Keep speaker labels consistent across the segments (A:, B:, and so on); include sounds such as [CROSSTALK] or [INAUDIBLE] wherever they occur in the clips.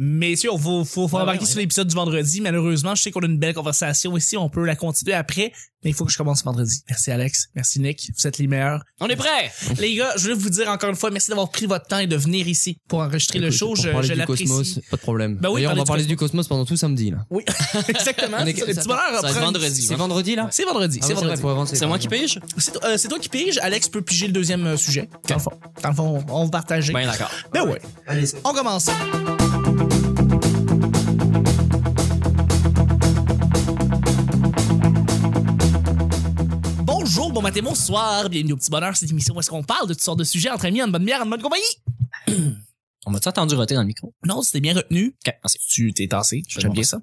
A: Messieurs, il faut, faut, faut
B: Ouais,
A: embarquer
B: Ah, ouais,
A: sur
B: ouais.
A: l'épisode du vendredi. Malheureusement, je sais qu'on a une belle conversation ici. On peut la continuer après, mais il faut que je commence vendredi. Merci Alex. Merci Nick. Vous êtes les meilleurs.
B: On est prêts!
A: Les gars, je veux vous dire encore une fois, merci d'avoir pris votre temps et de venir ici pour enregistrer le
C: Écoute,
A: show.
C: pour
A: Je,
C: parler
A: je
C: du
A: l'apprécie.
C: cosmos, pas de problème.
A: Ben oui,
C: D'ailleurs, on va
A: parler
C: parler
A: du
C: du cosmos pendant tout samedi là.
A: Oui, [LAUGHS] exactement.
C: On est-
A: C'est ça, les
C: ça-
A: petits bonheurs
B: ça va être
A: reprennent.
B: vendredi. hein?
C: C'est vendredi là
A: C'est vendredi.
C: Ah
A: c'est
C: oui, vrai,
A: vendredi.
C: faut avancer.
B: C'est moi qui pige?
A: C'est to- euh, c'est toi qui pige. Alex peut piger le deuxième euh, sujet. Dans le fond, dans le fond, on va partager.
B: Ben d'accord.
A: Ben ouais. On commence. Bonjour, bon matin, bonsoir, bienvenue au petit bonheur, cette émission où est-ce qu'on parle de toutes sortes de sujets entre amis, en bonne bière, en bonne compagnie.
B: On m'a-tu entendu roter dans le micro?
A: Non, c'était bien retenu.
B: Ok, merci.
A: Tu t'es tassé, j'aime bien ça.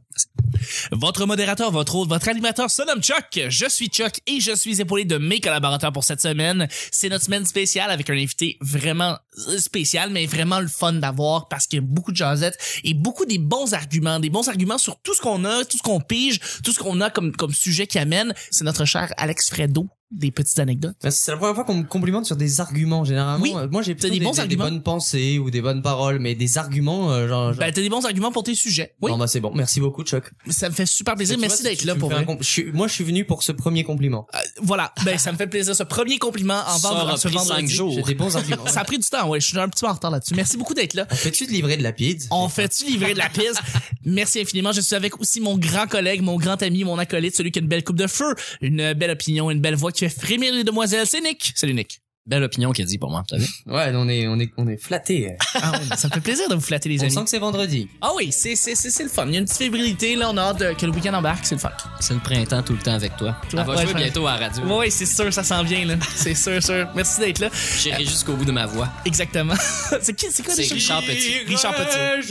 A: Votre modérateur, votre hôte, votre animateur se nomme Chuck. Je suis Chuck et je suis épaulé de mes collaborateurs pour cette semaine. C'est notre semaine spéciale avec un invité vraiment euh, spécial, mais vraiment le fun d'avoir parce qu'il y a beaucoup de jasettes et beaucoup des bons arguments, des bons arguments sur tout ce qu'on a, tout ce qu'on pige, tout ce qu'on a comme, comme sujet qui amène. C'est notre cher Alex Fredo des petites anecdotes.
C: Ben, c'est la première fois qu'on me complimente sur des arguments généralement.
A: Oui.
C: Euh, moi j'ai
A: T'as
C: plutôt
A: des
C: des,
A: bons
C: des- des
A: arguments.
C: bonnes pensées ou des bonnes paroles, mais des arguments euh, genre. genre-
A: Ben, t'as des bons arguments pour tes sujets. Oui,
C: Non bah c'est bon, merci beaucoup Chuck.
A: ça me fait super plaisir.
C: Tu vois,
A: Merci
C: tu-
A: d'être
C: tu
A: là
C: me
A: pour
C: fais un
A: vrai.
C: compl- je suis- Moi je suis venu pour ce premier compliment.
A: Euh, Voilà, ben ça me fait plaisir. Ce premier compliment en
B: Ça
A: vendre
B: aura
A: ce
B: pris
A: vendredi.
B: cinq jours.
C: J'ai des
A: [LAUGHS]
C: bons arguments.
A: Ça a pris du temps, ouais. Je suis un petit peu en retard là-dessus. Merci beaucoup d'être là.
C: On Fais-tu de livrer de la pide
A: On fait-tu livrer de la piste? Merci infiniment. Je suis avec aussi mon grand collègue, mon grand ami, mon acolyte, celui qui a une belle coupe de feu, une belle opinion, une belle voix qui fait frémir les demoiselles. C'est Nick. Salut Nick.
B: Belle opinion qu'il a dit pour moi, t'as vu?
C: Ouais, on est on est on est flatté.
A: Ah oui, ça me fait plaisir de vous flatter les
C: on
A: amis.
C: sent que c'est vendredi.
A: Ah oui, c'est c'est c'est c'est le fun. Il y a une petite fébrilité là, on a hâte euh, que le week-end embarque, c'est le fun.
B: C'est le printemps tout le temps avec toi.
A: Ouais,
B: On va
A: ouais,
B: jouer
A: ça-
B: bientôt à la radio.
A: Oui, c'est sûr, ça s'en vient là. C'est sûr, sûr. Merci d'être là.
B: J'irai jusqu'au bout de ma voix.
A: Exactement. [LAUGHS] c'est qui, c'est quoi
B: C'est
A: déjà-
B: Richard Petit.
A: Richard Petit.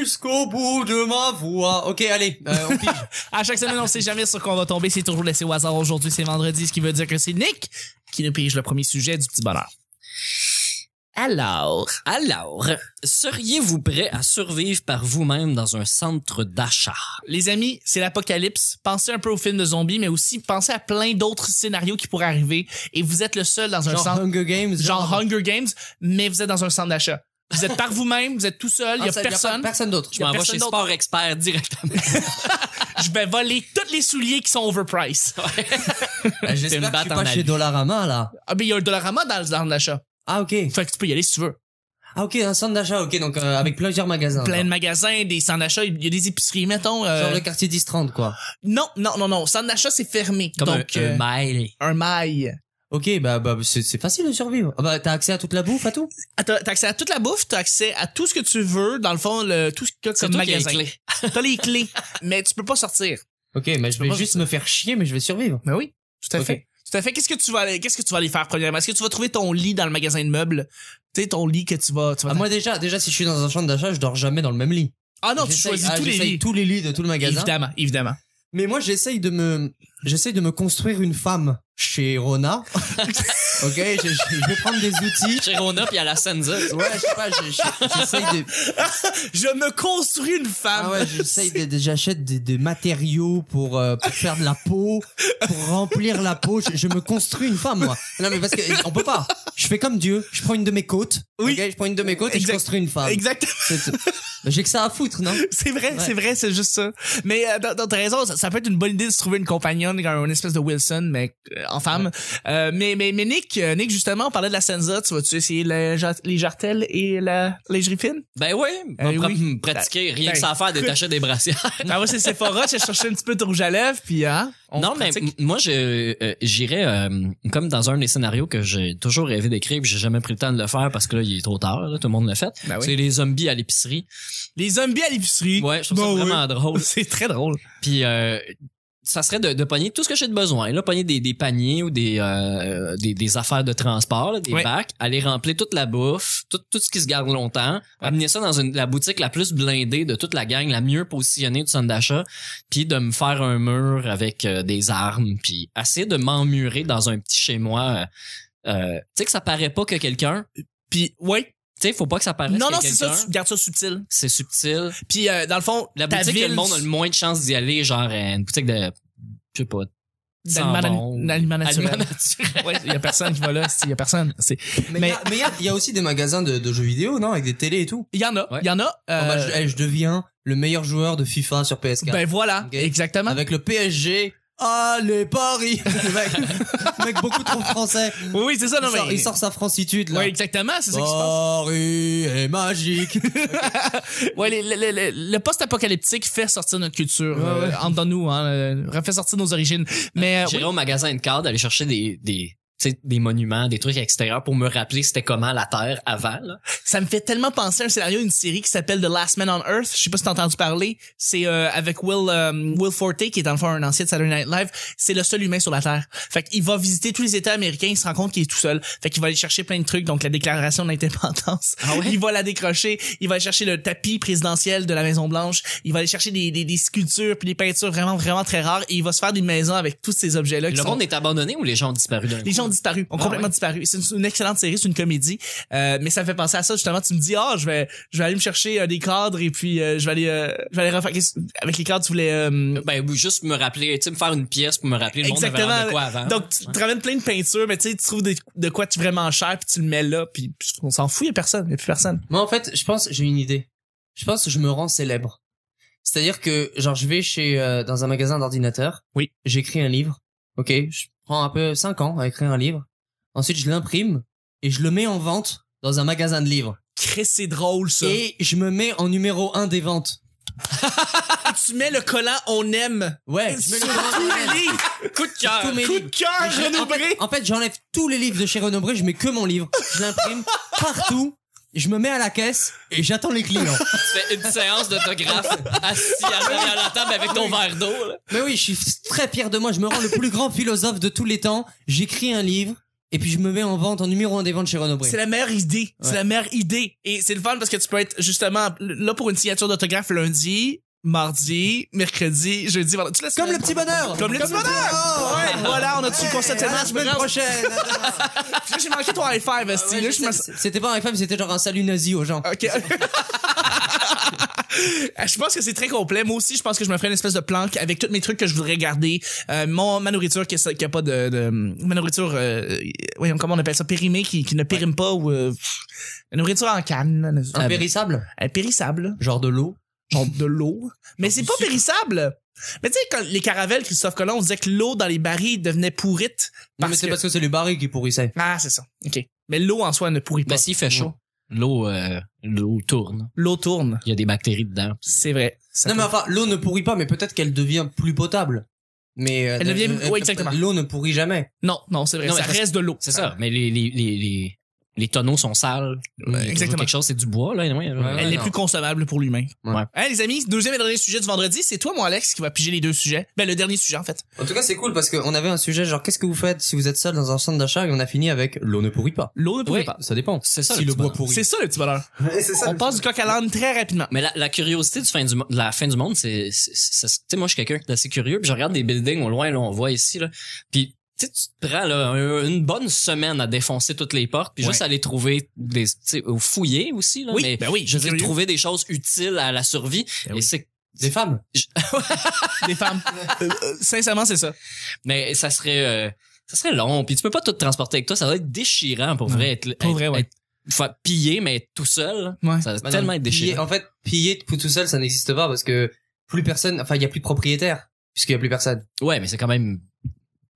C: Jusqu'au bout de ma voix. Ok, allez, euh,
A: [LAUGHS]
C: on pige.
A: À chaque semaine, on sait jamais sur quoi on va tomber. C'est toujours laissé au hasard. Aujourd'hui, c'est vendredi, ce qui veut dire que c'est Nick qui nous pige le premier sujet du petit bonheur.
B: Alors, alors, seriez-vous prêt à survivre par vous-même dans un centre d'achat?
A: Les amis, c'est l'apocalypse. Pensez un peu au film de zombies, mais aussi pensez à plein d'autres scénarios qui pourraient arriver. Et vous êtes le seul dans un
C: Genre
A: centre,
C: Hunger Games.
A: genre Hunger Games, mais vous êtes dans un centre d'achat. Vous êtes par vous-même, vous êtes tout seul, il y a
C: Ah, ça, pas-
A: personne.
C: Personne d'autre.
B: Je
A: Y a
B: m'en vais
A: personne
B: chez
A: d'autre.
B: Sport Expert [LAUGHS] directement.
A: Je vais voler tous les souliers qui sont overpriced.
C: Euh,
B: T'es
C: J'espère
B: une
C: que je suis
B: batte en
C: pas chez
B: alu.
C: Dollarama là.
A: Ah, mais il y a un Dollarama dans le centre d'achat.
C: Ah ok.
A: Fait que tu peux y aller si tu veux.
C: Ah ok, un centre d'achat, ok, donc euh, avec plusieurs magasins.
A: Plein de
C: alors.
A: magasins, des centres d'achat, il y a des épiceries, mettons. euh,
C: Genre le quartier 10-30 quoi.
A: Non, non, non, non. Centre d'achat, c'est fermé.
B: Comme
A: Donc,
B: un,
A: euh,
B: un mail.
A: un mail.
C: Ok, bah, bah c'est c'est facile de survivre. Ah, bah t'as accès à toute la bouffe, à tout
A: Ah, T'as t'as accès à toute la bouffe, t'as accès à tout ce que tu veux, dans le fond, le, tout ce que
B: C'est
A: comme
B: toi qui as les
A: magasin.
B: clés.
A: T'as les clés, mais tu peux pas sortir.
C: Ok, mais je
A: peux
C: vais
A: pas
C: juste me faire chier, mais je vais survivre.
A: Mais oui, tout à
C: Ok.
A: fait. Tout à fait. Qu'est-ce que tu vas aller, qu'est-ce que tu vas aller faire premièrement? Est-ce que tu vas trouver ton lit dans le magasin de meubles? Tu sais, ton lit que tu vas, tu vas-
C: Ah, moi déjà, déjà si je suis dans un centre d'achat, je dors jamais dans le même lit.
A: Ah non, tu
C: J'essaye-
A: choisis
C: ah,
A: tous les
C: j'essaye
A: lits.
C: tous les lits de tout le magasin.
A: Évidemment, évidemment.
C: Mais moi j'essaye de me j'essaye de me construire une femme chez Rona. [LAUGHS] ok, je, je- je vais prendre des outils.
B: Chez Rona puis à la Senza.
C: Ouais, je sais pas, je- je- j'essaye de
A: Je me construis une femme.
C: Ah ouais, j'essaye de, de- j'achète des, des matériaux pour, euh, pour faire de la peau, pour remplir la peau. Je, je me construis une femme, moi. Non, mais parce que on peut pas. Je fais comme Dieu. Je prends une de mes côtes.
A: Oui.
C: ok je prends une de mes côtes et
A: Exact.
C: je construis une femme.
A: Exact.
C: C'est- c'est- Mais J'ai que ça à foutre, non
A: C'est vrai,
C: Ouais.
A: c'est vrai, c'est juste ça. Mais euh, dans- dans- t'as raison, ça, ça peut être une bonne idée de se trouver une compagnonne, comme une espèce de Wilson, mais euh, en femme. Euh, mais, mais, mais Nick, euh, Nick, justement, on parlait de la Senza. Tu vas-tu essayer le ja- les jartelles et la lingerie [LAUGHS] fine?
B: Ben oui, on
A: Eh
B: va
A: oui.
B: me pratiquer rien que
A: ben.
B: ça à faire, détacher des brassières.
A: Ah ouais, c'est Sephora, j'ai cherché un petit peu de rouge à lèvres, puis hein, on
B: non,
A: se
B: mais
A: pratique.
B: m- moi, je, euh, j'irais, euh, comme dans un des scénarios que j'ai toujours rêvé d'écrire, puis j'ai jamais pris le temps de le faire parce que là, il est trop tard, là, tout le monde l'a fait.
A: Ben oui.
B: C'est les zombies à l'épicerie.
A: Les zombies à l'épicerie.
B: Ouais, je trouve
A: Ben
B: ça
A: oui.
B: vraiment drôle.
A: [LAUGHS] C'est très drôle.
B: Puis, euh, ça serait de, de pogner tout ce que j'ai de besoin. Là, pogner des, des paniers ou des, euh, des, des affaires de transport, là, des
A: Ouais.
B: bacs, aller remplir toute la bouffe, tout, tout ce qui se garde longtemps, amener ça dans une, la boutique la plus blindée de toute la gang, la mieux positionnée du centre d'achat, puis de me faire un mur avec euh, des armes, puis essayer de m'emmurer dans un petit chez moi. euh, euh, tu sais que ça paraît pas que quelqu'un.
A: Puis ouais.
B: Tu sais, faut pas que ça paraisse
A: non,
B: que
A: non, c'est ça,
B: quelqu'un.
A: tu gardes ça subtil.
B: C'est subtil.
A: Puis euh, dans le fond,
B: La
A: ta
B: boutique que
A: ville,
B: le monde a le moins de chances d'y aller, genre euh, une boutique de je sais pas
A: D'aliment
B: Sans
A: d'al-
B: bon.
A: d'aliment naturel.
B: Aliment
A: [LAUGHS]
B: naturel.
A: Ouais, il y a personne qui va là, il y a personne. C'est
C: Mais
A: Mais-
C: il y, a- il y a aussi des magasins de, de jeux vidéo, non Avec des télés et tout.
A: il y en a, il
B: Ouais.
A: y en a.
C: Oh, bah,
A: euh,
C: je, eh, je deviens le meilleur joueur de FIFA sur PS4.
A: ben voilà,
C: Ok.
A: exactement.
C: Avec le PSG. Ah, les paris [LAUGHS] Le mec, le mec beaucoup trop français.
A: Oui, oui, c'est ça, non
C: il, sort,
A: mais.
C: il sort sa francitude, là.
A: Ouais, exactement, c'est ça qui se passe.
C: Paris est magique.
A: Ouais, le, le- le- le- le post-apocalyptique fait sortir notre culture.
C: Ouais,
A: euh,
C: ouais.
A: entre dans nous, hein, euh, fait sortir nos origines. Mais euh,
B: J'irai au magasin de cadres aller chercher des, des, tu sais, des monuments, des trucs extérieurs pour me rappeler c'était comment la Terre avant. Là.
A: ça me fait tellement penser à un scénario d'une série qui s'appelle The Last Man on Earth. Je sais pas si t'as entendu parler. C'est euh, avec Will euh, Will Forte qui est dans le fond un ancien de Saturday Night Live. C'est le seul humain sur la Terre. Fait qu'il va visiter tous les États américains. Il se rend compte qu'il est tout seul. Fait qu'il va aller chercher plein de trucs. Donc la Déclaration d'indépendance.
B: Ah
A: [LAUGHS] Il va la décrocher. Il va aller chercher le tapis présidentiel de la Maison Blanche. Il va aller chercher des, des, des sculptures puis des peintures vraiment vraiment très rares. Et il va se faire des maisons avec tous ces objets là.
B: Le monde est abandonné ou les gens ont disparu d'un
A: Les gens ont disparu, ont
B: Ah
A: complètement
B: ouais.
A: disparu. C'est une, une excellente série, c'est une comédie, Euh, mais ça me fait penser à ça justement. Tu me dis ah je vais je vais aller me chercher euh, des cadres et puis euh, je vais aller euh, je vais aller refaire qu'est-ce- avec les cadres tu voulais euh,
B: Ben, oui, juste me rappeler, tu sais, me faire une pièce pour me rappeler le monde
A: Exactement.
B: avait de quoi avant.
A: donc tu
B: Ah Ouais.
A: te ramènes plein de peintures mais tu sais tu trouves des- de quoi tu vraiment cher puis tu le mets là puis on s'en fout y a personne y a plus personne.
C: [LAUGHS] Moi, en fait, je pense, j'ai une idée. Je pense que je me rends célèbre. C'est-à-dire que, genre, je vais chez, euh, dans un magasin d'ordinateur.
A: Oui.
C: J'écris un livre. Ok. Je prends un peu 5 ans à écrire un livre. Ensuite, je l'imprime et je le mets en vente dans un magasin de livres.
A: Chris c'est drôle ça. Et
C: Et je me mets en numéro 1 des ventes.
A: Ah, tu mets le collant on aime
C: Ouais. Je mets
A: sur
C: le
A: tous
C: numéro un des ventes. [LAUGHS]
A: les livres.
B: coup de cœur.
C: Tous mes
A: Coup
C: livres.
A: de cœur
C: Je- en
A: renouvelé.
C: fait- En fait, j'enlève tous les livres de chez Renombré, je mets que mon livre. Je l'imprime partout. Je me mets à la caisse et j'attends les clients.
B: Tu fais une séance [LAUGHS] d'autographe assis à l'arrière de la table avec ton verre d'eau. là.
C: Mais oui, je suis très fier de moi. Je me rends le plus grand philosophe de tous les temps. J'écris un livre et puis je me mets en vente en numéro un des ventes chez Renombré.
A: C'est la meilleure idée.
C: Ouais.
A: C'est la meilleure idée. Et c'est le fun parce que tu peux être justement là pour une signature d'autographe lundi, mardi, mercredi, jeudi, vendredi. Tu laisses-
C: Comme le petit bonheur. Oh,
A: Comme le petit bonheur! Ouais, voilà, on a-tu le concept
C: à la semaine
A: Puis
C: prochaine.
A: là, j'ai manqué ton high five, Esti.
C: Ah Ouais,
A: Là,
C: je
A: je me
C: sais, C'était pas un FM, c'était genre un salut nazi aux
A: [LAUGHS]
C: gens.
A: OK. Ah, je pense que c'est très complet. Moi aussi, je pense que je me ferais une espèce de planque avec tous mes trucs que je voudrais garder. Euh, mon, ma nourriture qui est- qui a pas de, de- ma nourriture, euh, voyons, comment on appelle ça, périmée, qui, qui ne périme pas ou, euh, pff, la nourriture en canne. là,
C: Ah,
A: ne- euh,
C: Impérissable.
A: elle est périssable,
C: Genre de l'eau.
A: genre de l'eau. Mais c'est pas périssable. Mais tu sais, quand les caravelles, Christophe Colomb, on disait que l'eau dans les barils devenait pourrite.
C: Non,
A: Parce
C: mais c'est
A: que-
C: parce que c'est le baril qui pourrissait.
A: Ah, c'est ça. OK. Mais l'eau en soi ne pourrit pas. Mmh.
B: Ben, s'il fait chaud, l'eau, euh, l'eau tourne.
A: L'eau tourne.
B: Il y a des bactéries dedans.
A: C'est vrai. Ça
C: Non,
A: peut-
C: mais enfin, l'eau ne pourrit pas, mais peut-être qu'elle devient plus potable. Mais euh,
A: Elle devient-
C: euh,
A: oui, exactement.
C: L'eau ne pourrit jamais.
A: non, non, c'est vrai.
B: Non, mais
A: ça
B: parce-
A: reste de l'eau.
B: C'est ça. Mais les, les, les, les, les tonneaux sont sales. Il y a toujours
A: exactement.
B: quelque chose, c'est du bois, là. anyway.
C: Ouais.
A: Elle est
C: non.
A: plus consommable pour l'humain.
B: Ouais.
A: Hein, les amis, deuxième et dernier sujet du vendredi, c'est toi, moi, Alex, qui va piger les deux sujets. Ben, le dernier sujet, en fait.
C: En tout cas, c'est cool parce qu'on avait un sujet genre qu'est-ce que vous faites si vous êtes seul dans un centre d'achat et on a fini avec l'eau ne pourrit pas.
A: L'eau ne pourrit
B: Oui.
A: pas.
C: Ça dépend.
B: C'est ça,
C: Si
B: le
C: le
B: petit
C: bois
B: bonheur.
C: pourrit.
A: C'est ça, le petit bonheur. On passe du coq à l'âne très rapidement.
B: Mais la, la curiosité du fin du, mo- de la fin du monde, c'est, c'est- c'est- tu sais, moi, je suis quelqu'un d'assez curieux, puis je regarde des buildings au loin, là, on voit ici, là. Puis, tu sais, tu te prends, là, un- une bonne semaine à défoncer toutes les portes, puis
A: Ouais.
B: juste aller trouver des, tu sais, ou fouiller aussi, là.
A: Oui,
B: mais
A: ben oui,
B: je veux dire,
A: curieux.
B: trouver des choses utiles à la survie.
A: Ben
B: et
A: oui.
B: c'est,
C: Des femmes.
A: Des femmes. [LAUGHS] Euh, euh, Sincèrement, c'est ça.
B: mais ça serait, euh, ça serait long, puis tu peux pas tout transporter avec toi, ça va être déchirant pour
A: Non.
B: vrai, être,
A: Pour
B: être-
A: vrai, ouais.
B: être- fa- piller, mais être tout seul.
A: Ouais. Ben
B: Ça va
C: Bah non,
B: tellement être déchirant.
C: piller- en fait, piller tout tout seul, ça n'existe pas parce que plus personne, enfin, il y a plus de propriétaire puisqu'il y a plus personne.
B: Ouais, mais c'est quand même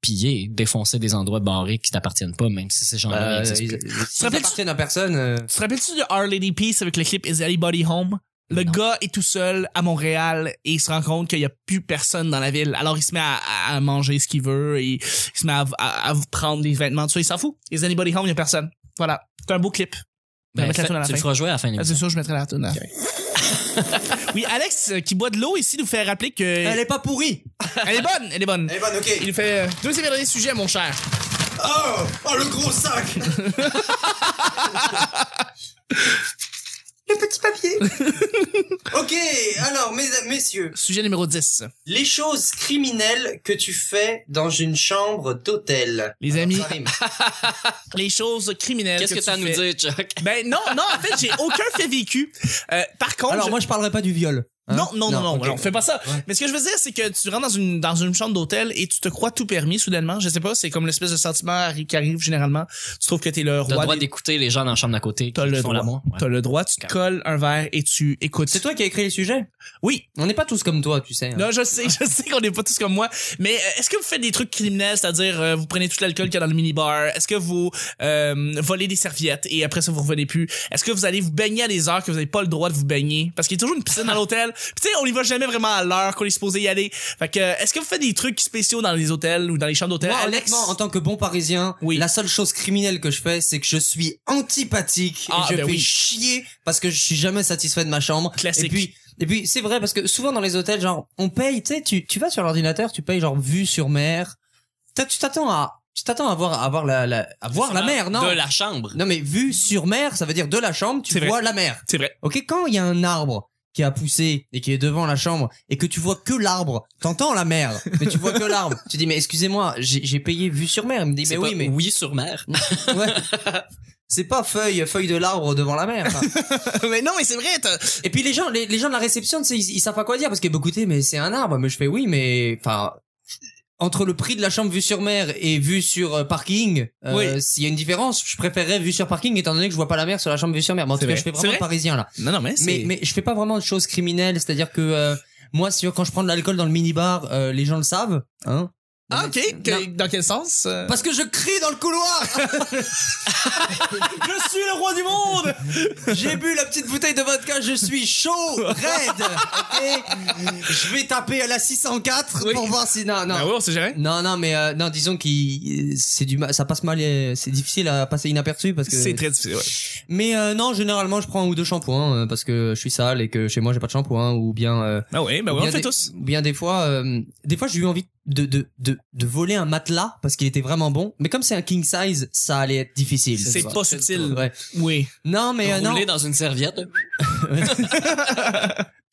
B: piller, défoncer des endroits barrés qui t'appartiennent pas, même si ces gens-là
A: Euh,
C: Bah,
B: n'existent plus.
C: ils- ils-
A: te
C: S'ils
A: rappelles-
C: appartiennent à personne, euh,
A: Tu te rappelles-tu de Our Lady Peace avec le clip Is Anybody Home? Le
B: Non.
A: gars est tout seul à Montréal et il se rend compte qu'il n'y a plus personne dans la ville. Alors il se met à, à- à manger ce qu'il veut et il se met à, à, à vous prendre les vêtements. Tu sais, il s'en fout. Is Anybody Home? Il n'y a personne. Voilà. C'est un beau clip.
B: Ben,
A: mettre la
B: fait-
A: toune à la
B: tu
A: fin.
B: le feras jouer à la fin de
A: Ah,
B: l'émission.
A: c'est sûr, je mettrai la tune. hein. [LAUGHS] oui, Alex, euh, qui boit de l'eau ici, nous fait rappeler que...
C: elle est pas pourrie.
A: [LAUGHS] Elle est bonne, elle est bonne.
D: Eh ben, ok.
A: Il nous fait euh, deuxième et dernier sujet, mon cher.
D: Oh, oh, le gros sac
A: [LAUGHS]
D: Le petit papier [LAUGHS] Ok, alors, mes- messieurs,
A: Sujet numéro 10.
D: les choses criminelles que tu fais dans une chambre d'hôtel.
A: Les amis,
D: Ça rime.
A: les choses criminelles
B: Ah, Qu'est-ce que,
A: tu
B: t'as à nous
A: fais.
B: dire, Chuck?
A: Ben non, non, en fait, j'ai aucun fait vécu. Euh, par contre,
C: Alors
A: je-
C: moi, je parlerai pas du viol. Hein?
A: Non, non, non, non,
C: ok.
A: on fait pas ça.
C: Ouais.
A: Mais ce que je veux dire, c'est que tu rentres dans une, dans une chambre d'hôtel et tu te crois tout permis soudainement. Je sais pas, c'est comme l'espèce de sentiment arri- qui arrive généralement. Tu trouves que t'es le
B: T'as le
A: roi
B: droit
A: des...
B: d'écouter les gens dans la chambre d'à côté
A: T'as
B: qui
A: le
B: font
A: droit.
B: l'amour. Ouais.
A: T'as le droit, tu te colles un verre et tu écoutes.
C: C'est toi qui as écrit les sujets
A: Oui.
C: On n'est pas tous comme toi, tu sais.
A: [LAUGHS]
C: hein.
A: Non, je sais, je sais qu'on n'est pas tous comme moi. Mais euh, est-ce que vous faites des trucs criminels, c'est-à-dire euh, vous prenez tout l'alcool qu'il y a dans le minibar? Est-ce que vous euh, volez des serviettes et après ça vous revenez plus? Est-ce que vous allez vous baigner à des heures que vous n'avez pas le droit de vous baigner? Parce qu'il y a toujours une piscine à
C: [LAUGHS]
A: l'hôtel. Puis tu sais, on y va jamais vraiment à l'heure qu'on est supposé y aller. Fait que euh, est-ce que vous faites des trucs spéciaux dans les hôtels ou dans les chambres d'hôtel?
C: Moi,
A: Alex?
C: honnêtement, en tant que bon parisien,
A: Oui.
C: la seule chose criminelle que je fais, c'est que je suis antipathique
A: Ah,
C: et je
A: ben
C: fais
A: oui.
C: chier parce que je suis jamais satisfait de ma chambre.
A: Classique.
C: Et puis, et puis c'est vrai parce que souvent dans les hôtels, genre, on paye, tu sais, tu, tu vas sur l'ordinateur, tu payes genre vue sur mer. T'as- Tu t'attends à, tu t'attends à voir, à voir la, la, à voir la mer, non?
B: De la chambre.
C: Non mais vue sur mer, ça veut dire de la chambre, tu
A: C'est vrai.
C: vois la mer.
A: C'est
C: [LAUGHS]
A: vrai.
C: Ok, quand il y a un arbre qui a poussé et qui est devant la chambre et que tu vois que l'arbre, t'entends la mer, mais tu vois
A: [LAUGHS]
C: que l'arbre. Tu dis mais excusez-moi, j'ai j'ai payé vue sur mer. Il me dit
B: C'est
C: mais
B: pas
C: oui mais
B: oui sur mer.
C: ouais. C'est pas feuille feuille de l'arbre devant la mer.
A: [LAUGHS]
C: ça.
A: mais non, mais c'est vrai. t'as-
C: Et puis les gens les, les gens de la réception, tu sais, ils, ils savent pas quoi dire parce que bah, écoutez mais c'est un arbre. Mais je fais oui mais enfin entre le prix de la chambre vue sur mer et vue sur euh, parking, euh, s'il y a une différence, je préférerais vue sur parking étant donné que je vois pas la mer sur la chambre vue sur mer. Mais en
A: C'est
C: tout cas,
A: vrai.
C: je fais
A: C'est
C: vraiment
A: vrai.
C: parisien là.
A: Non, non, mais c'est...
C: mais, mais je fais pas vraiment de choses criminelles, c'est-à-dire que euh, moi, sur, quand je prends de l'alcool dans le minibar, euh, les gens le savent. Hein
A: Ah, ok. Que- dans quel sens? euh?
C: Parce que je crie dans le couloir [LAUGHS]
A: Je suis le roi du monde!
C: J'ai bu la petite bouteille de vodka, je suis chaud, raide ok Je vais taper à la 604
A: Oui.
C: pour voir si... Non, non.
A: Ah ouais, on sait jamais.
C: Non, non, mais euh, non, disons que c'est du mal, ça passe mal, euh, c'est difficile à passer inaperçu parce que.
A: C'est très difficile, ouais.
C: Mais euh, non, généralement, je prends un ou deux shampoings euh, parce que je suis sale et que chez moi j'ai pas de shampoing ou bien euh,
A: Ah ouais, bah
C: Ou
A: ouais, on
C: bien
A: le fait
C: des-
A: tous.
C: ou Bien des fois, euh, des fois j'ai eu envie de, de, de, de voler un matelas parce qu'il était vraiment bon. Mais comme c'est un king size, ça allait être difficile.
A: C'est pas subtil.
C: Ouais.
A: Oui.
C: Non mais euh, non.
B: Rouler dans une serviette.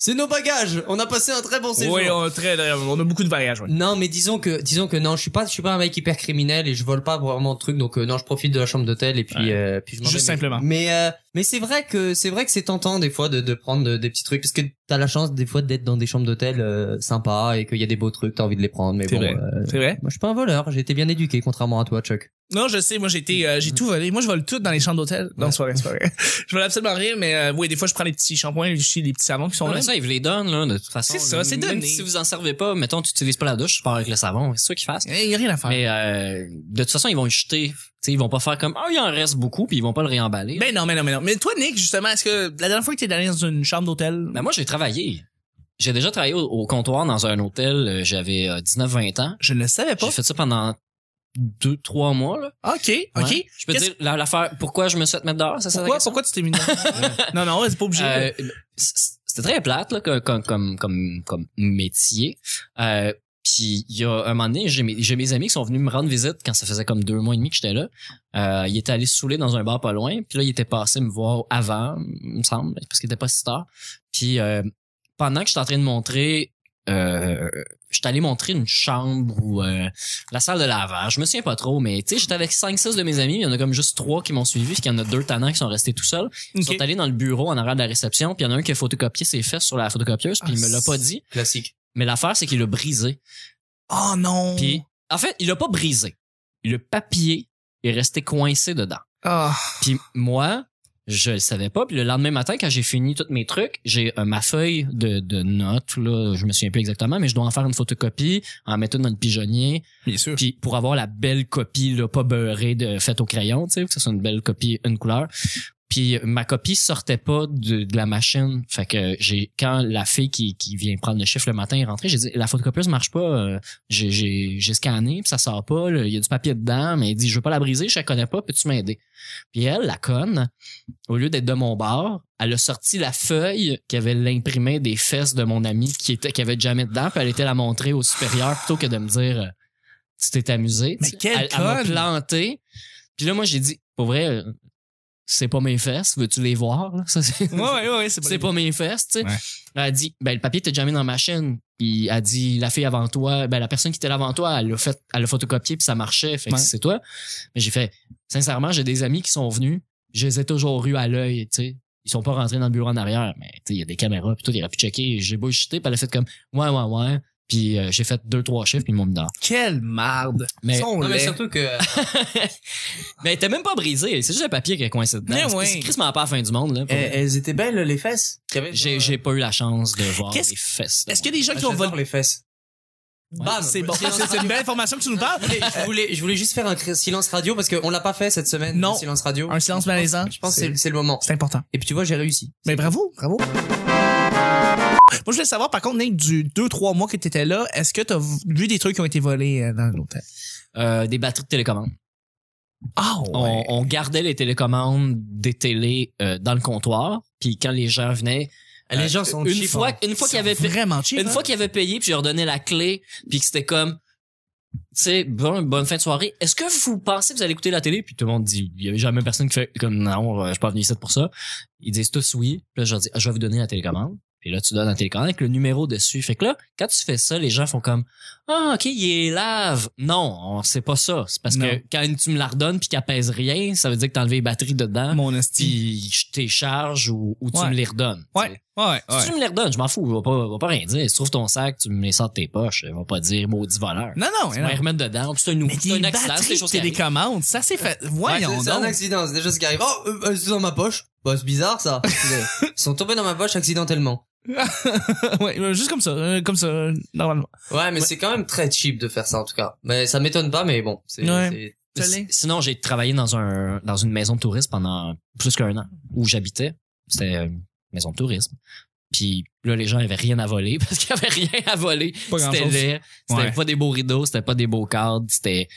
C: C'est nos bagages. On a passé un très bon séjour.
A: Oui, on, très, on a beaucoup de bagages, ouais.
C: Non mais disons que disons que non, je suis pas je suis pas un mec hyper criminel et je vole pas vraiment de trucs donc euh, non, je profite de la chambre d'hôtel et puis
A: Ouais.
C: euh, puis je m'en
A: Juste
C: vais. Mais-
A: simplement.
C: Mais euh, mais c'est vrai que c'est vrai que c'est tentant des fois de, de prendre de- des petits trucs parce que t'as la chance des fois d'être dans des chambres d'hôtel euh, sympas et qu'il y a des beaux trucs, t'as envie de les prendre mais
A: C'est
C: bon.
A: vrai.
C: euh,
A: C'est vrai?
C: Moi, je suis pas un voleur. J'ai été bien éduqué, contrairement à toi, Chuck.
A: Non, je sais, moi j'ai été, euh, j'ai tout volé. Moi je vole tout dans les chambres d'hôtel. Non, c'est pas vrai, c'est pas vrai. [LAUGHS] Je vole absolument rien, mais euh, oui, des fois je prends les petits shampoings, je suis les petits savons qui sont
B: Ouais,
A: là.
B: ça, ils vous les donnent, là, de toute façon.
A: C'est ça, c'est
B: Même
A: donné.
B: si vous en servez pas, mettons, tu utilises pas la douche, tu pars avec le savon, c'est ça qu'ils fassent.
A: Il Eh, y a rien à faire.
B: Mais, euh, de toute façon, ils vont le jeter. T'sais, ils vont pas faire comme, ah, il en reste beaucoup, puis ils vont pas le réemballer.
A: Ben non, mais non, mais non. Mais toi, Nick, justement, est-ce que la dernière fois que t'es allé dans une chambre d'hôtel,
B: Ben, moi, j'ai travaillé. J'ai déjà travaillé au, au comptoir dans un hôtel, euh, j'avais 19-20 ans.
A: je ne le savais pas.
B: J'ai fait ça pendant deux, trois mois, là.
A: Ok, ok.
B: Ouais. Je peux te
A: Qu'est-ce-
B: dire, la- l'affaire, pourquoi je me suis fait mettre dehors, ça, c'est la
A: Pourquoi,
B: question?
A: pourquoi tu t'es [LAUGHS] mis dedans? Non, non, c'est pas obligé.
B: Euh, c- c'était très plate là, comme, comme, comme, comme, comme métier. Euh, puis il y a un moment donné, j'ai mes, j'ai mes amis qui sont venus me rendre visite quand ça faisait comme deux mois et demi que j'étais là. Euh, ils étaient allés se saouler dans un bar pas loin. Puis là, ils étaient passés me voir avant, il me semble, parce qu'il était pas si tard. Puis euh, pendant que j'étais en train de montrer... Euh, j'étais allé montrer une chambre ou euh, la salle de lavage. Je me souviens pas trop, mais tu sais, j'étais avec 5-6 de mes amis. Il y en a comme juste trois qui m'ont suivi, puis il y en a deux tannants qui sont restés tout seuls. Ils
A: Ok.
B: sont allés dans le bureau en arrière de la réception, puis il y en a un qui a photocopié ses fesses sur la photocopieuse, puis
A: Ah,
B: il me l'a pas
A: c'est-
B: dit.
C: Classique.
B: Mais l'affaire, c'est qu'il l'a brisé.
A: Oh non.
B: Puis, en fait, il l'a pas brisé. Le papier est resté coincé dedans.
A: Ah.
B: Puis moi, je le savais pas. Puis le lendemain matin, quand j'ai fini tous mes trucs, j'ai euh, ma feuille de, de notes, là, je me souviens plus exactement, mais je dois en faire une photocopie, en mettre une dans le pigeonnier,
A: Bien sûr.
B: puis pour avoir la belle copie là, pas beurrée de faite au crayon, tu sais, que ce soit une belle copie, une couleur. Puis euh, ma copie sortait pas de, de la machine. Fait que j'ai quand la fille qui, qui vient prendre le chiffre le matin est rentrée, j'ai dit la photocopieuse marche pas, euh, j'ai- j'ai j'ai scanné puis ça sort pas, là. il y a du papier dedans, mais elle dit je veux pas la briser, je la connais pas, peux-tu m'aider Puis elle la conne, au lieu d'être de mon bord, elle a sorti la feuille qui avait l'imprimé des fesses de mon ami qui était qui avait jamais dedans, puis elle était la montrer au supérieur plutôt que de me dire euh, tu t'es amusé.
A: Mais
B: tu sais.
A: quelle
B: elle, elle m'a
A: conne!
B: planté. Puis là moi j'ai dit pour vrai euh, c'est pas mes fesses, veux-tu les voir? là? Ça, c'est-
A: Ouais, ouais, ouais, c'est pas.
B: c'est pas mes fesses, tu sais.
A: Ouais.
B: Elle a dit, ben, le papier était déjà mis dans ma chaîne. Puis elle a dit, la fille avant toi, ben, la personne qui était là avant toi, elle l'a fait, elle l'a photocopié puis ça marchait. Fait que
A: Ouais.
B: c'est toi. Mais j'ai fait, sincèrement, j'ai des amis qui sont venus. Je les ai toujours eus à l'œil, tu sais. Ils ils sont pas rentrés dans le bureau en arrière, mais tu sais, il y a des caméras, puis tout, il aurait pu checker. J'ai beau jeter, puis elle a fait comme, ouais, ouais, ouais. Puis euh, j'ai fait deux, trois chiffres, puis ils m'ont mis dehors.
A: Quelle marde!
B: Mais-
A: Sont
D: Non, mais
A: laids.
D: surtout que.
C: euh,
B: Mais t'es même pas brisé, c'est juste le papier qui est coincé dedans.
A: Mais
B: C'est-
A: ouais.
B: C'est crissement pas la fin du monde,
A: Eh,
B: là. pour vrai.
C: elles étaient belles, les fesses.
B: J'ai j'ai pas eu la chance de voir les
A: Qu'est-ce-
B: fesses.
A: Est-ce qu'il y a des gens qui ont
C: Ah, J'adore
A: volé?
C: les fesses.
A: Bam! C'est bon. C'est c'est une belle information que tu nous parles.
C: je, voulais, je voulais juste faire un cri- silence radio parce qu'on l'a pas fait cette semaine.
A: Non.
C: le Silence radio.
A: Un silence malaisant.
C: Je pense que c'est- c'est le moment.
A: C'est important.
C: Et puis tu vois, j'ai réussi.
A: Mais bravo, bravo. Moi, je voulais savoir, par contre, Nick, du 2-3 mois que t'étais là, est-ce que t'as vu des trucs qui ont été volés euh, dans l'hôtel?
B: Euh, des batteries de télécommande.
A: Ah
B: On, on gardait les télécommandes des télés euh, dans le comptoir, puis quand les gens venaient, euh,
C: Les gens sont
B: une
C: cheap,
B: fois,
C: hein.
B: une fois qu'il y avait
A: vraiment cheap.
B: Une
A: hein?
B: fois qu'il avait payé, puis j'ai redonné la clé, puis que c'était comme, tu sais, bon, bonne fin de soirée. Est-ce que vous pensez que vous allez écouter la télé? Puis tout le monde dit, il y avait jamais personne qui fait comme, non, euh, je suis pas venu ici pour ça. Ils disent tous oui. Puis là, je leur dis, Ah, je vais vous donner la télécommande. Puis là, tu donnes la télécommande avec le numéro dessus. Fait que là, quand tu fais ça, les gens font comme, ah, ok, il est lave. Non, on- c'est pas ça. C'est parce
A: Non.
B: que quand tu me la redonnes puis qu'elle pèse rien, ça veut dire que t'as enlevé les batteries dedans.
A: mon esti.
B: Puis je t'ai charge ou, ou tu
A: Ouais.
B: me les redonnes. tu sais.
A: Ouais, ouais,
B: Si
A: ouais.
B: tu me les redonnes, je m'en fous. Va pas, va pas rien dire. Si tu trouves ton sac, tu me les sors de tes poches. Elle va pas dire maudit voleur.
A: Non, non,
B: Tu vas les
A: non.
B: remettre dedans. Puis C'est un,
A: Mais
B: c'est
A: des
B: un accident. C'est des
A: batteries de
B: choses qui arrivent.
A: télécommande, ça c'est fait. Voyons
C: C'est- C'est un
A: donc.
C: accident, c'est déjà ce qui arrive. Oh, euh, euh, c'est dans ma poche. Bah, c'est bizarre ça. Ils sont tombés dans ma poche accidentellement.
A: Ouais, euh, juste comme ça, euh, comme ça, euh, normalement.
C: Ouais, mais c'est quand même très cheap de faire ça en tout cas. Mais ça m'étonne pas, mais bon. c'est-
A: Ouais.
C: c'est-
A: Télé.
B: Sinon, j'ai travaillé dans un, dans une maison de tourisme pendant plus qu'un an où j'habitais. C'était une maison de tourisme. Puis là, les gens avaient rien à voler [LAUGHS] parce qu'il y avait rien à voler.
A: Pas
B: C'était
A: grand-chose.
B: laid. C'était
A: Ouais.
B: pas des beaux rideaux, c'était pas des beaux cadres, c'était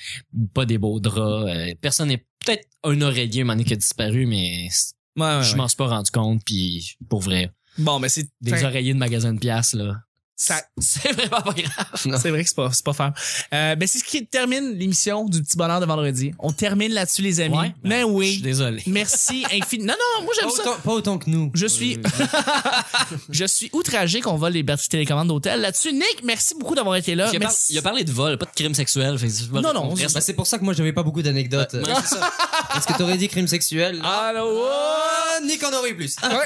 B: pas des beaux draps. Euh, Personne n'est peut-être un oreiller un moment donné, qui a disparu, mais
A: Ouais, Ah ouais,
B: je
A: ouais.
B: m'en suis pas rendu compte. Puis pour vrai,
A: Bon, mais c'est.
B: des
A: fin-
B: oreillers de magasin de pièces là.
A: ça-
B: [LAUGHS] C'est vraiment pas grave.
A: [LAUGHS] C'est vrai que c'est pas, c'est pas faire. Euh, ben, c'est ce qui termine l'émission du petit bonheur de vendredi. On termine là-dessus, les amis.
B: Ouais. Ben,
A: mais
B: Je suis
A: oui.
B: désolé. [LAUGHS]
A: Merci infiniment. Non, non, moi
C: Pas
A: j'aime ça.
C: autant, pas autant que nous.
A: Je suis, [LAUGHS] je suis outragé qu'on vole les batteries de télécommande d'hôtel. Là-dessus, Nick, merci beaucoup d'avoir été là.
B: il, a par-
A: Ah, Merci.
B: il a parlé de vol, pas de crime sexuel. Fait que-
A: Non, non,
B: on
C: Bah,
B: reste-
C: c'est pour ça que moi j'avais pas beaucoup d'anecdotes.
B: Ouais, c'est ça.
C: [LAUGHS] Parce que t'aurais dit crime sexuel.
A: Allô,
C: Ah, Nick en aurait eu plus. Ah,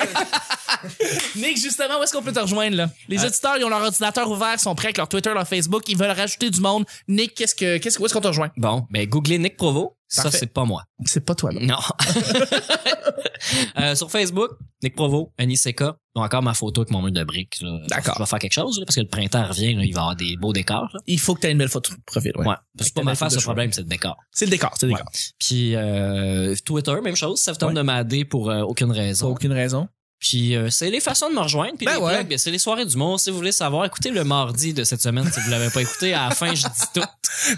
A: Nick, justement, où est-ce qu'on peut te rejoindre là Les
B: Euh.
A: auditeurs, ils ont leur ordinateur ouvert, sont prêts avec leur Twitter, leur Facebook, ils veulent rajouter du monde. Nick, qu'est-ce que, qu'est-ce que, où est-ce qu'on te rejoint
B: Bon, ben googlez Nick Provo.
A: Parfait.
B: Ça c'est pas moi.
A: C'est pas toi. Là.
B: Non. [LAUGHS] Euh, sur Facebook, Nick Provo, Annie Seca. Ils ont encore ma photo avec mon mur de briques. là.
A: D'accord.
B: Je vais faire quelque chose là, parce que le printemps revient, là, il va y avoir des beaux décors. là.
A: Il faut que tu aies une belle photo de profil. ouais.
B: Ouais. C'est pas
A: t'as
B: ma
A: la photo
B: face
A: de
B: le
A: choix.
B: problème, c'est le décor.
A: C'est le décor, c'est le décor.
B: Puis euh, Twitter, même chose. Ça vous tente
A: Ouais.
B: de m'aider pour euh, aucune
A: Pour
B: raison.
A: aucune raison.
B: Puis euh, c'est les façons de me rejoindre. Puis
A: Ben
B: les
A: ouais.
B: blogs, c'est les soirées du monde. Si vous voulez savoir, écoutez le mardi de cette semaine. Si vous l'avez pas écouté, à la fin, je dis tout.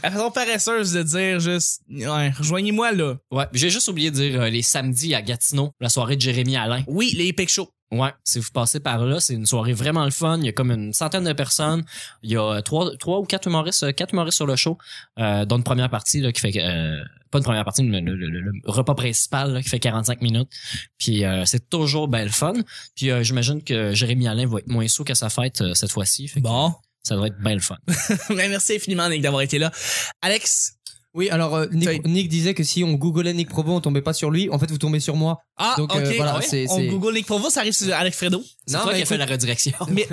A: La façon paresseuse de dire juste, ouais, rejoignez-moi là.
B: Ouais. Puis J'ai juste oublié de dire euh, les samedis à Gatineau, la soirée de Jérémy Alain.
A: Oui, les Epic Show.
B: Ouais. Si vous passez par là, c'est une soirée vraiment le fun. Il y a comme une centaine de personnes. Il y a euh, trois, trois ou quatre humoristes, euh, quatre humoristes sur le show, euh, dont une première partie là, qui fait... euh, pas une première partie, mais le, le- le- le repas principal là, qui fait 45 minutes. Puis euh, c'est toujours ben, le fun. Puis euh, j'imagine que Jérémy Alain va être moins sous qu'à sa fête euh, cette fois-ci. Fait
A: [LAUGHS]
B: que-
A: Bon.
B: Ça doit être bien le fun.
A: Mais merci infiniment, Nick, d'avoir été là. Alex.
C: [LAUGHS] Oui, alors euh, Nick,
A: T'as-
C: Nick disait que si on googlait Nick Provo, on tombait pas sur lui. En fait, vous tombez sur moi.
A: Ah,
C: Donc,
A: ok.
C: euh, voilà,
A: Ah ouais?
C: c'est-
A: On
C: c'est-
A: Google Nick Provo, ça arrive sur Alex Fredo.
B: C'est toi
C: mais
B: qui as fait
C: écoute-
B: la redirection.
A: Mais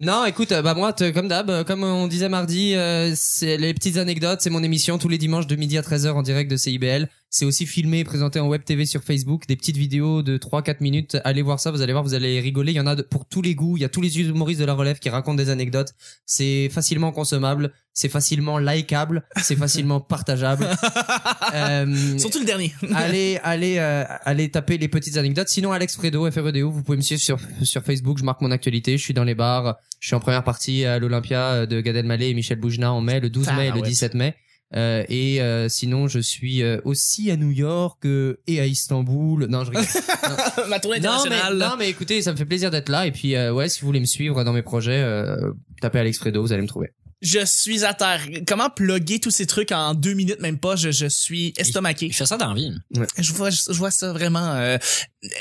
C: Non, écoute, euh, bah moi, t- comme d'hab, euh, comme on disait mardi, euh, c'est les petites anecdotes, c'est mon émission tous les dimanches de midi à 13h en direct de CIBL. C'est aussi filmé et présenté en web TV sur Facebook, des petites vidéos de 3-4 minutes. Allez voir ça, vous allez voir, vous allez rigoler. Il y en a de- pour tous les goûts, il y a tous les humoristes de la relève qui racontent des anecdotes. C'est facilement consommable, c'est facilement likable,
B: [LAUGHS]
C: c'est facilement partageable. Euh,
A: surtout le dernier. [LAUGHS]
C: allez, allez, euh, allez taper les petites anecdotes. Sinon, Alex Fredo, FREDO, vous pouvez me suivre sur, sur Facebook. Je marque mon actualité. Je suis dans les bars. Je suis en première partie à l'Olympia euh, de Gad Elmaleh et Michel Boujna en mai, le 12 mai et le
A: Tarouette.
C: 17 mai. Euh, et euh, sinon, je suis euh, aussi à New York euh, et à Istanbul. Non,
A: [LAUGHS]
C: je rigole.
A: Ma tournée
C: non,
A: internationale.
C: mais, non, mais écoutez, ça me fait plaisir d'être là. Et puis, euh, ouais, si vous voulez me suivre dans mes projets, euh, tapez Alex Fredo, vous allez me trouver.
A: Je suis à terre. Comment plugger tous ces trucs en deux minutes, même pas? Je, je suis estomaqué.
B: Il fait ça dans la vie.
A: Je vois, je vois ça vraiment. euh,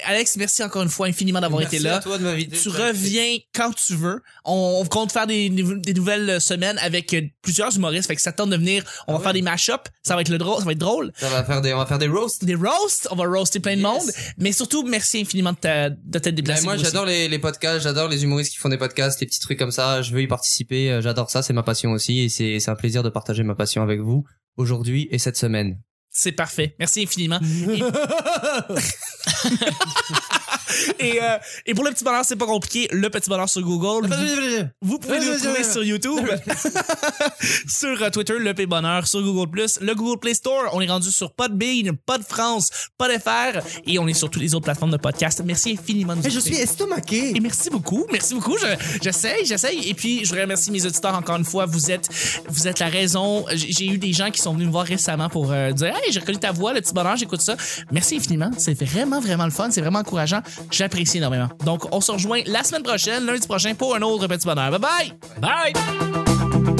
A: Alex, merci encore une fois infiniment d'avoir
E: Merci
A: été là.
E: à toi de m'inviter.
A: Tu
E: Ça me fait-
A: reviens quand tu veux. On, on compte faire des, nou- des nouvelles semaines avec euh, plusieurs humoristes. Fait que ça tente de venir.
E: Ah
A: On va
E: ouais.
A: faire des mash-ups. Ça va être le drôle. Ça va être drôle.
E: Ça va faire des, on va faire des roasts.
A: Des roasts. On va roaster plein de
E: Yes.
A: monde. Mais surtout, merci infiniment de ta, de t'être
E: Ben,
A: déplacé.
E: moi,
A: aussi.
E: j'adore les, les podcasts, j'adore les humoristes qui font des podcasts, les petits trucs comme ça. Je veux y participer. euh, J'adore ça. C'est ma passion aussi. Et c'est c'est un plaisir de partager ma passion avec vous aujourd'hui et cette [LAUGHS] semaine.
A: C'est parfait. Merci infiniment. Et, euh, et pour le petit bonheur, c'est pas compliqué. Le petit bonheur sur Google. Vous- Vous pouvez nous trouver sur YouTube,
C: [LAUGHS]
A: sur euh, Twitter, le P Bonheur, sur Google Plus, le Google Play Store. On est rendu sur Podbean, France, PodFR et on est sur toutes les autres plateformes de podcast. Merci infiniment de nous
C: Je
A: écouter.
C: suis estomaqué.
A: Et merci beaucoup, merci beaucoup. Je- J'essaye, j'essaye. Et puis, je remercie mes auditeurs encore une fois. Vous êtes, vous êtes la raison. J'ai j'ai eu des gens qui sont venus me voir récemment pour euh, dire Hey, j'ai reconnu ta voix, le petit bonheur, j'écoute ça. Merci infiniment. C'est vraiment, vraiment le fun. C'est vraiment encourageant. J'apprécie énormément. Donc, on se rejoint la semaine prochaine, lundi prochain, pour un autre petit bonheur. Bye bye!
B: Bye!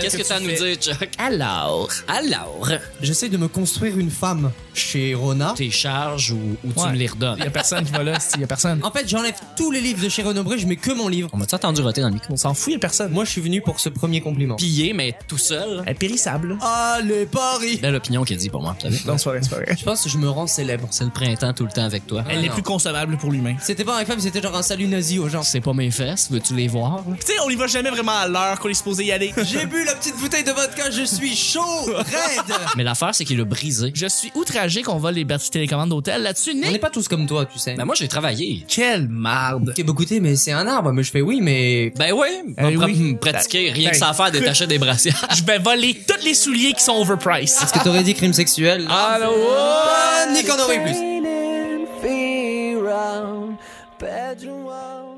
B: Qu'est-ce que t'as à nous dire, Chuck?
A: Alors,
B: Alors,
E: J'essaie de me construire une femme chez Rona.
B: tes charges ou, ou tu
A: Ouais.
B: me les
A: il y
B: redonnes?
A: a personne qui va là, il y a personne.
E: En fait, j'enlève tous les livres de chez Renombré, je mets que mon livre.
B: On m'a-tu entendu roter dans le micro?
A: On s'en fout, il y a personne.
E: Moi, je suis venu pour ce premier compliment.
B: Pillé, mais tout seul.
A: Elle est périssable. là.
E: Allez, Paris
B: Belle opinion qu'il dit pour moi, vous savez.
A: Non, c'est pas vrai, c'est pas vrai.
E: Je pense que je me rends célèbre.
B: C'est le printemps tout le temps avec toi.
A: Elle est
E: non.
A: plus consommable pour l'humain.
E: C'était pas un femme, c'était genre un salut nazi aux gens.
B: C'est pas mes fesses, veux-tu les voir?
A: Tu sais, on y va jamais vraiment à l'heure qu'on est supposé y [LAUGHS] aller.
E: J'ai bu la petite bouteille de vodka, je suis chaud, raide
B: Mais l'affaire, c'est qu'il a brisé.
A: Je suis outragé qu'on vole les batteries télécommandes d'hôtel là-dessus,
E: [LAUGHS] On n'est
A: Nick.
E: pas tous comme toi, tu sais.
B: Ben moi, j'ai travaillé.
A: Quelle marde.
E: Ok, bah écoutez, mais c'est un arbre. Mais je fais oui, mais. Euh,
B: Ben oui, on va
A: oui.
B: me pratiquer, rien
A: Ben,
B: que ça à faire, détacher des brassières.
A: Je vais voler tous les souliers qui sont overpriced.
E: Est-ce que t'aurais dit crime sexuel
A: Allô?
E: Ah, Nick en aurait plus.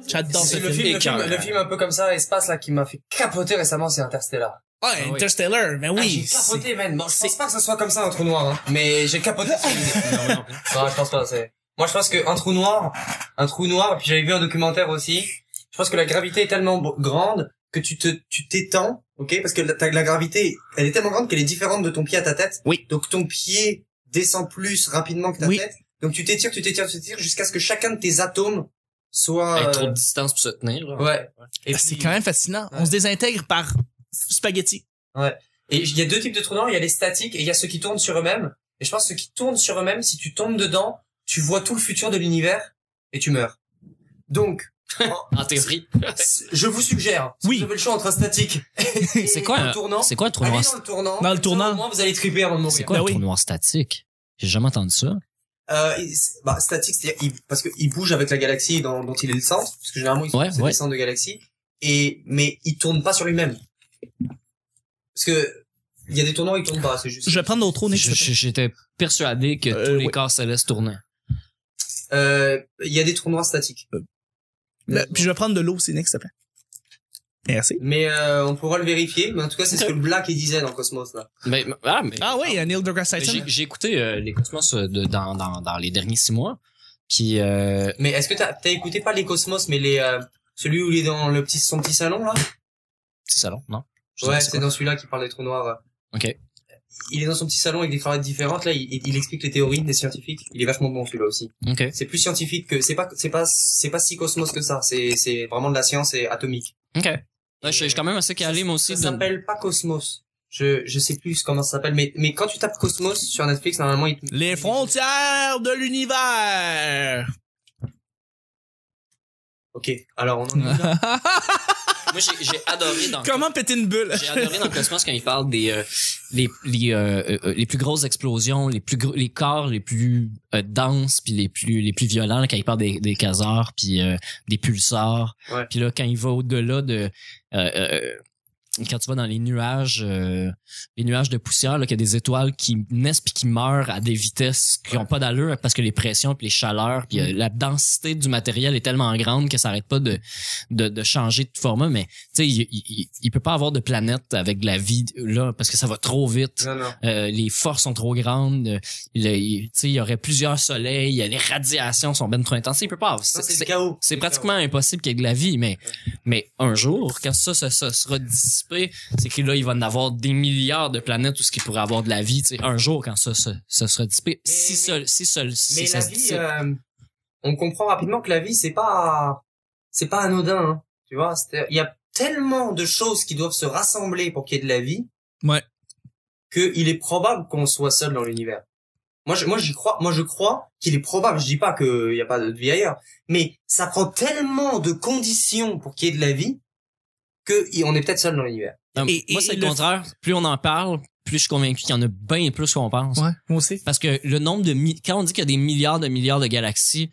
A: J'adore ce
C: C'est le
A: film.
C: film, le,
B: Écœurant.
C: film, le film un peu comme ça, espace là, qui m'a fait capoter récemment, c'est Interstellar.
A: Ah, Ouais, Interstellar, mais
C: Ah, j'ai
A: oui. c'est-
C: capoté, man. Bon, je pense pas que ce soit comme ça un trou noir, hein. Mais
A: [LAUGHS]
C: j'ai capoté. sur l'idée. non, non, non. je pense pas, c'est... Moi, je pense qu'un trou noir, un trou noir, puis j'avais vu un documentaire aussi, je pense que la gravité est tellement bo- grande que tu te, tu t'étends, ok? Parce que la, ta- la gravité, elle est tellement grande qu'elle est différente de ton pied à ta tête.
A: Oui.
C: Donc, ton pied descend plus rapidement que ta
A: Oui.
C: tête. Donc, tu t'étires, tu t'étires, tu t'étires jusqu'à ce que chacun de tes atomes soit...
B: Ben, trop
C: euh,
B: de distance pour se tenir. là.
C: Ouais. Et
A: Ah, C'est
C: puis-
A: quand même fascinant. On
C: Ouais.
A: se désintègre par spaghetti.
C: Et il y a deux types de trous noirs, il y a les statiques et il y a ceux qui tournent sur eux-mêmes. Et je pense que ceux qui tournent sur eux-mêmes, si tu tombes dedans, tu vois tout le futur de l'univers et tu meurs. Donc, [LAUGHS]
B: En théorie.
C: c- je vous suggère, si
A: Oui.
C: vous avez le choix entre un statique
B: [LAUGHS]
C: et
B: C'est quoi
C: un
B: un
C: tournant,
B: C'est quoi un trou
C: allez
B: noir?
C: dans le tournant.
A: Dans le
C: Comme ça,
A: tournant.
C: Au moins, vous allez triper avant de
B: C'est
C: mourir.
B: quoi
A: Ben
B: un
A: oui.
B: trou noir statique? J'ai jamais entendu ça.
C: Euh, il- c'est- bah, statique, c'est-à-dire, il- parce qu'il bouge avec la galaxie dans- dont il est le centre, parce que généralement, il
B: Ouais,
C: c'est
B: ouais.
C: le centre de galaxie, et, mais il tourne pas sur lui-même. Parce que, il y a des tournants, ils tournent pas, c'est juste.
A: Je vais prendre nos trônes, Nick.
B: Je- je- J'étais persuadé que
A: Euh,
B: tous les
A: ouais.
B: corps célestes tournaient.
C: Euh, il y a des trous noirs statiques.
B: Euh,
C: Euh,
A: Le- Puis je vais prendre de l'eau aussi, Nick, s'il te plaît. Merci.
C: Mais euh, on pourra le vérifier. Mais en tout cas, c'est ce que le Black il disait dans Cosmos là.
B: Mais, ah, mais,
A: Ah oui, euh, Neil deGrasse
B: mais j'ai
A: Tyson.
B: j'ai écouté euh, les Cosmos euh, de- dans, dans, dans les derniers six mois. Puis euh,
C: Mais est-ce que t'as t'as écouté pas les Cosmos, mais les euh, celui où il est dans le petit son petit salon là
B: petit salon, non? Je sais
C: Ouais,
B: pas c'est
C: c'est dans celui-là qui parle des trous noirs. euh.
B: Ok.
C: Il est dans son petit salon avec des cravates différentes là. Il, il explique les théories des scientifiques. Il est vachement bon celui-là aussi.
B: quoi. Ok.
C: C'est plus scientifique que c'est pas c'est pas c'est pas si Cosmos que ça. C'est c'est vraiment de la science et atomique.
B: Ok. Ouais, je je suis quand même assez calé, moi aussi.
C: Ça
B: de-
C: s'appelle pas Cosmos. Je je sais plus comment ça s'appelle, mais mais quand tu tapes Cosmos sur Netflix, normalement il te
A: Les frontières de l'univers.
C: Ok. Alors on en est là.
B: Moi, j'ai j'ai adoré
C: [LAUGHS]
B: dans
A: Comment péter une bulle?
B: J'ai adoré dans Cosmos quand il parle des euh, les les, euh, euh, euh, les plus grosses explosions, les plus gros, les corps les plus euh, denses puis les plus les plus violents là, quand il parle des des quasars puis euh, des pulsars.
C: Ouais.
B: Puis là quand il va au-delà de euh, euh, quand tu vas dans les nuages, euh, les nuages de poussière, là, qu'il y a des étoiles qui naissent puis qui meurent à des vitesses qui ont pas d'allure parce que les pressions puis les chaleurs puis euh, la densité du matériel est tellement grande que ça arrête pas de, de, de changer de format. Mais tu sais, il, il, il- il peut pas avoir de planète avec de la vie là parce que ça va trop vite.
C: Non, non.
B: Euh, les forces sont trop grandes. euh, le- il tu sais, il y aurait plusieurs soleils. Les radiations sont bien trop intenses. Il peut pas. avoir-
C: Ça,
B: c'est-
C: c'est le chaos.
B: c'est
C: le
B: pratiquement impossible qu'il y ait de la vie, mais, mais un jour, quand ça, ça, ça sera dissipé, c'est que là, il va en avoir des milliards de planètes où ce qui pourrait avoir de la vie, tu sais, un jour, quand ça, ça, ça sera dissipé.
C: Mais-
B: si seul, si seul, si
C: Mais
B: ça
C: la
B: se
C: vie,
B: dissipe.
C: euh, on comprend rapidement que la vie, c'est pas, c'est pas anodin. hein. tu vois, c'est- il y a tellement de choses qui doivent se rassembler pour qu'il y ait de la vie.
A: Ouais.
C: Que il est probable qu'on soit seul dans l'univers. Moi, je, moi, j'y crois. Moi, je crois qu'il est probable. Je dis pas qu'il y a pas de vie ailleurs, mais ça prend tellement de conditions pour qu'il y ait de la vie que y- on est peut-être seul dans l'univers.
B: Non,
A: et-
B: moi,
A: et
B: c'est le
A: le-
B: contraire. Plus on en parle, plus je suis convaincu qu'il y en a bien plus qu'on pense.
A: Ouais, moi aussi.
B: Parce que le nombre de mi- quand on dit qu'il y a des milliards de milliards de galaxies,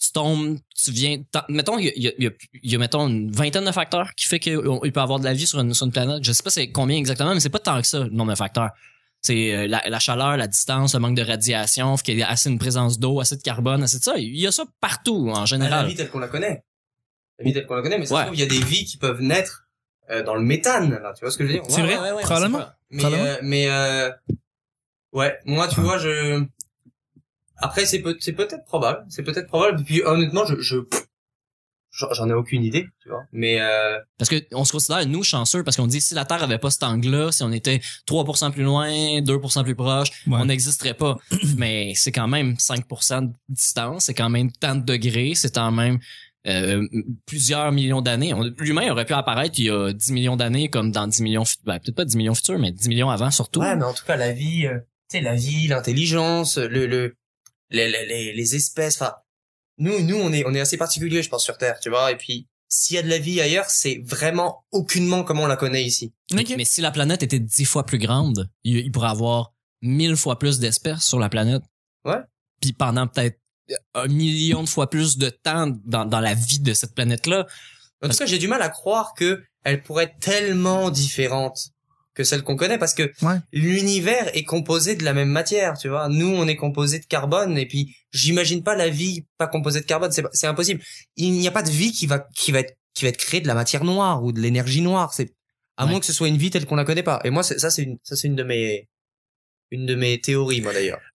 B: tu tombes, tu viens, t'en- mettons il y a- il y a, il y a- il y a, mettons une vingtaine de facteurs qui fait qu'il peut y avoir de la vie sur une, sur une planète. Je sais pas c'est combien exactement, mais c'est pas tant que ça le nombre de facteurs. C'est euh, la, la chaleur, la distance, le manque de radiation, fait qu'il y a assez une présence d'eau, assez de carbone, assez de ça. Il y a ça partout en
C: La
B: général.
C: vie telle qu'on la connaît. La vie telle qu'on la connaît, mais ça se
B: Ouais.
C: trouve, il y a des vies qui peuvent naître euh, dans le méthane. Là, tu vois ce que je veux dire
A: C'est vrai,
C: on sait
A: probablement.
C: pas. Mais,
A: Probablement.
C: euh, mais euh, ouais, moi, tu vois, je. Après, c'est peut- c'est peut-être probable, c'est peut-être probable. Puis honnêtement, je, je j'en j'en ai aucune idée, tu vois. Mais euh,
B: Parce que on se considère nous chanceux parce qu'on dit si la Terre avait pas cet angle-là, si on était 3% plus loin, 2% plus proche, on n'existerait pas. Mais c'est quand même 5% de distance, c'est quand même tant de degrés, c'est quand même euh, plusieurs millions d'années. On- L'humain aurait pu apparaître il y a 10 millions d'années, comme dans 10 millions, fut- ben, peut-être pas 10 millions futurs, mais 10 millions avant surtout.
C: ouais, mais en tout cas, la vie, euh, tu sais, la vie, l'intelligence, le le les, les- les, les espèces. Enfin, nous, nous, on est on est assez particulier, je pense, sur Terre, tu vois. Et puis, s'il y a de la vie ailleurs, c'est vraiment aucunement comme on la connaît ici.
B: Mais-
A: [LAUGHS] Ok.
B: Mais si la planète était 10 fois plus grande, il, il pourrait avoir 1000 fois plus d'espèces sur la planète.
C: Ouais.
B: Puis pendant peut-être un million de fois plus de temps dans, dans la vie de cette planète-là.
C: En tout cas, j'ai du mal à croire que elle pourrait être tellement différente que celle qu'on connaît parce que
A: Ouais.
C: l'univers est composé de la même matière, tu vois. Nous, on est composé de carbone et puis j'imagine pas la vie pas composée de carbone, c'est pas- c'est impossible. Il n'y a pas de vie qui va qui va être qui va être créée de la matière noire ou de l'énergie noire, c'est à
B: Ouais.
C: moins que ce soit une vie telle qu'on la connaît pas. Et moi c'est- ça c'est une ça c'est une de mes une de mes théories moi d'ailleurs.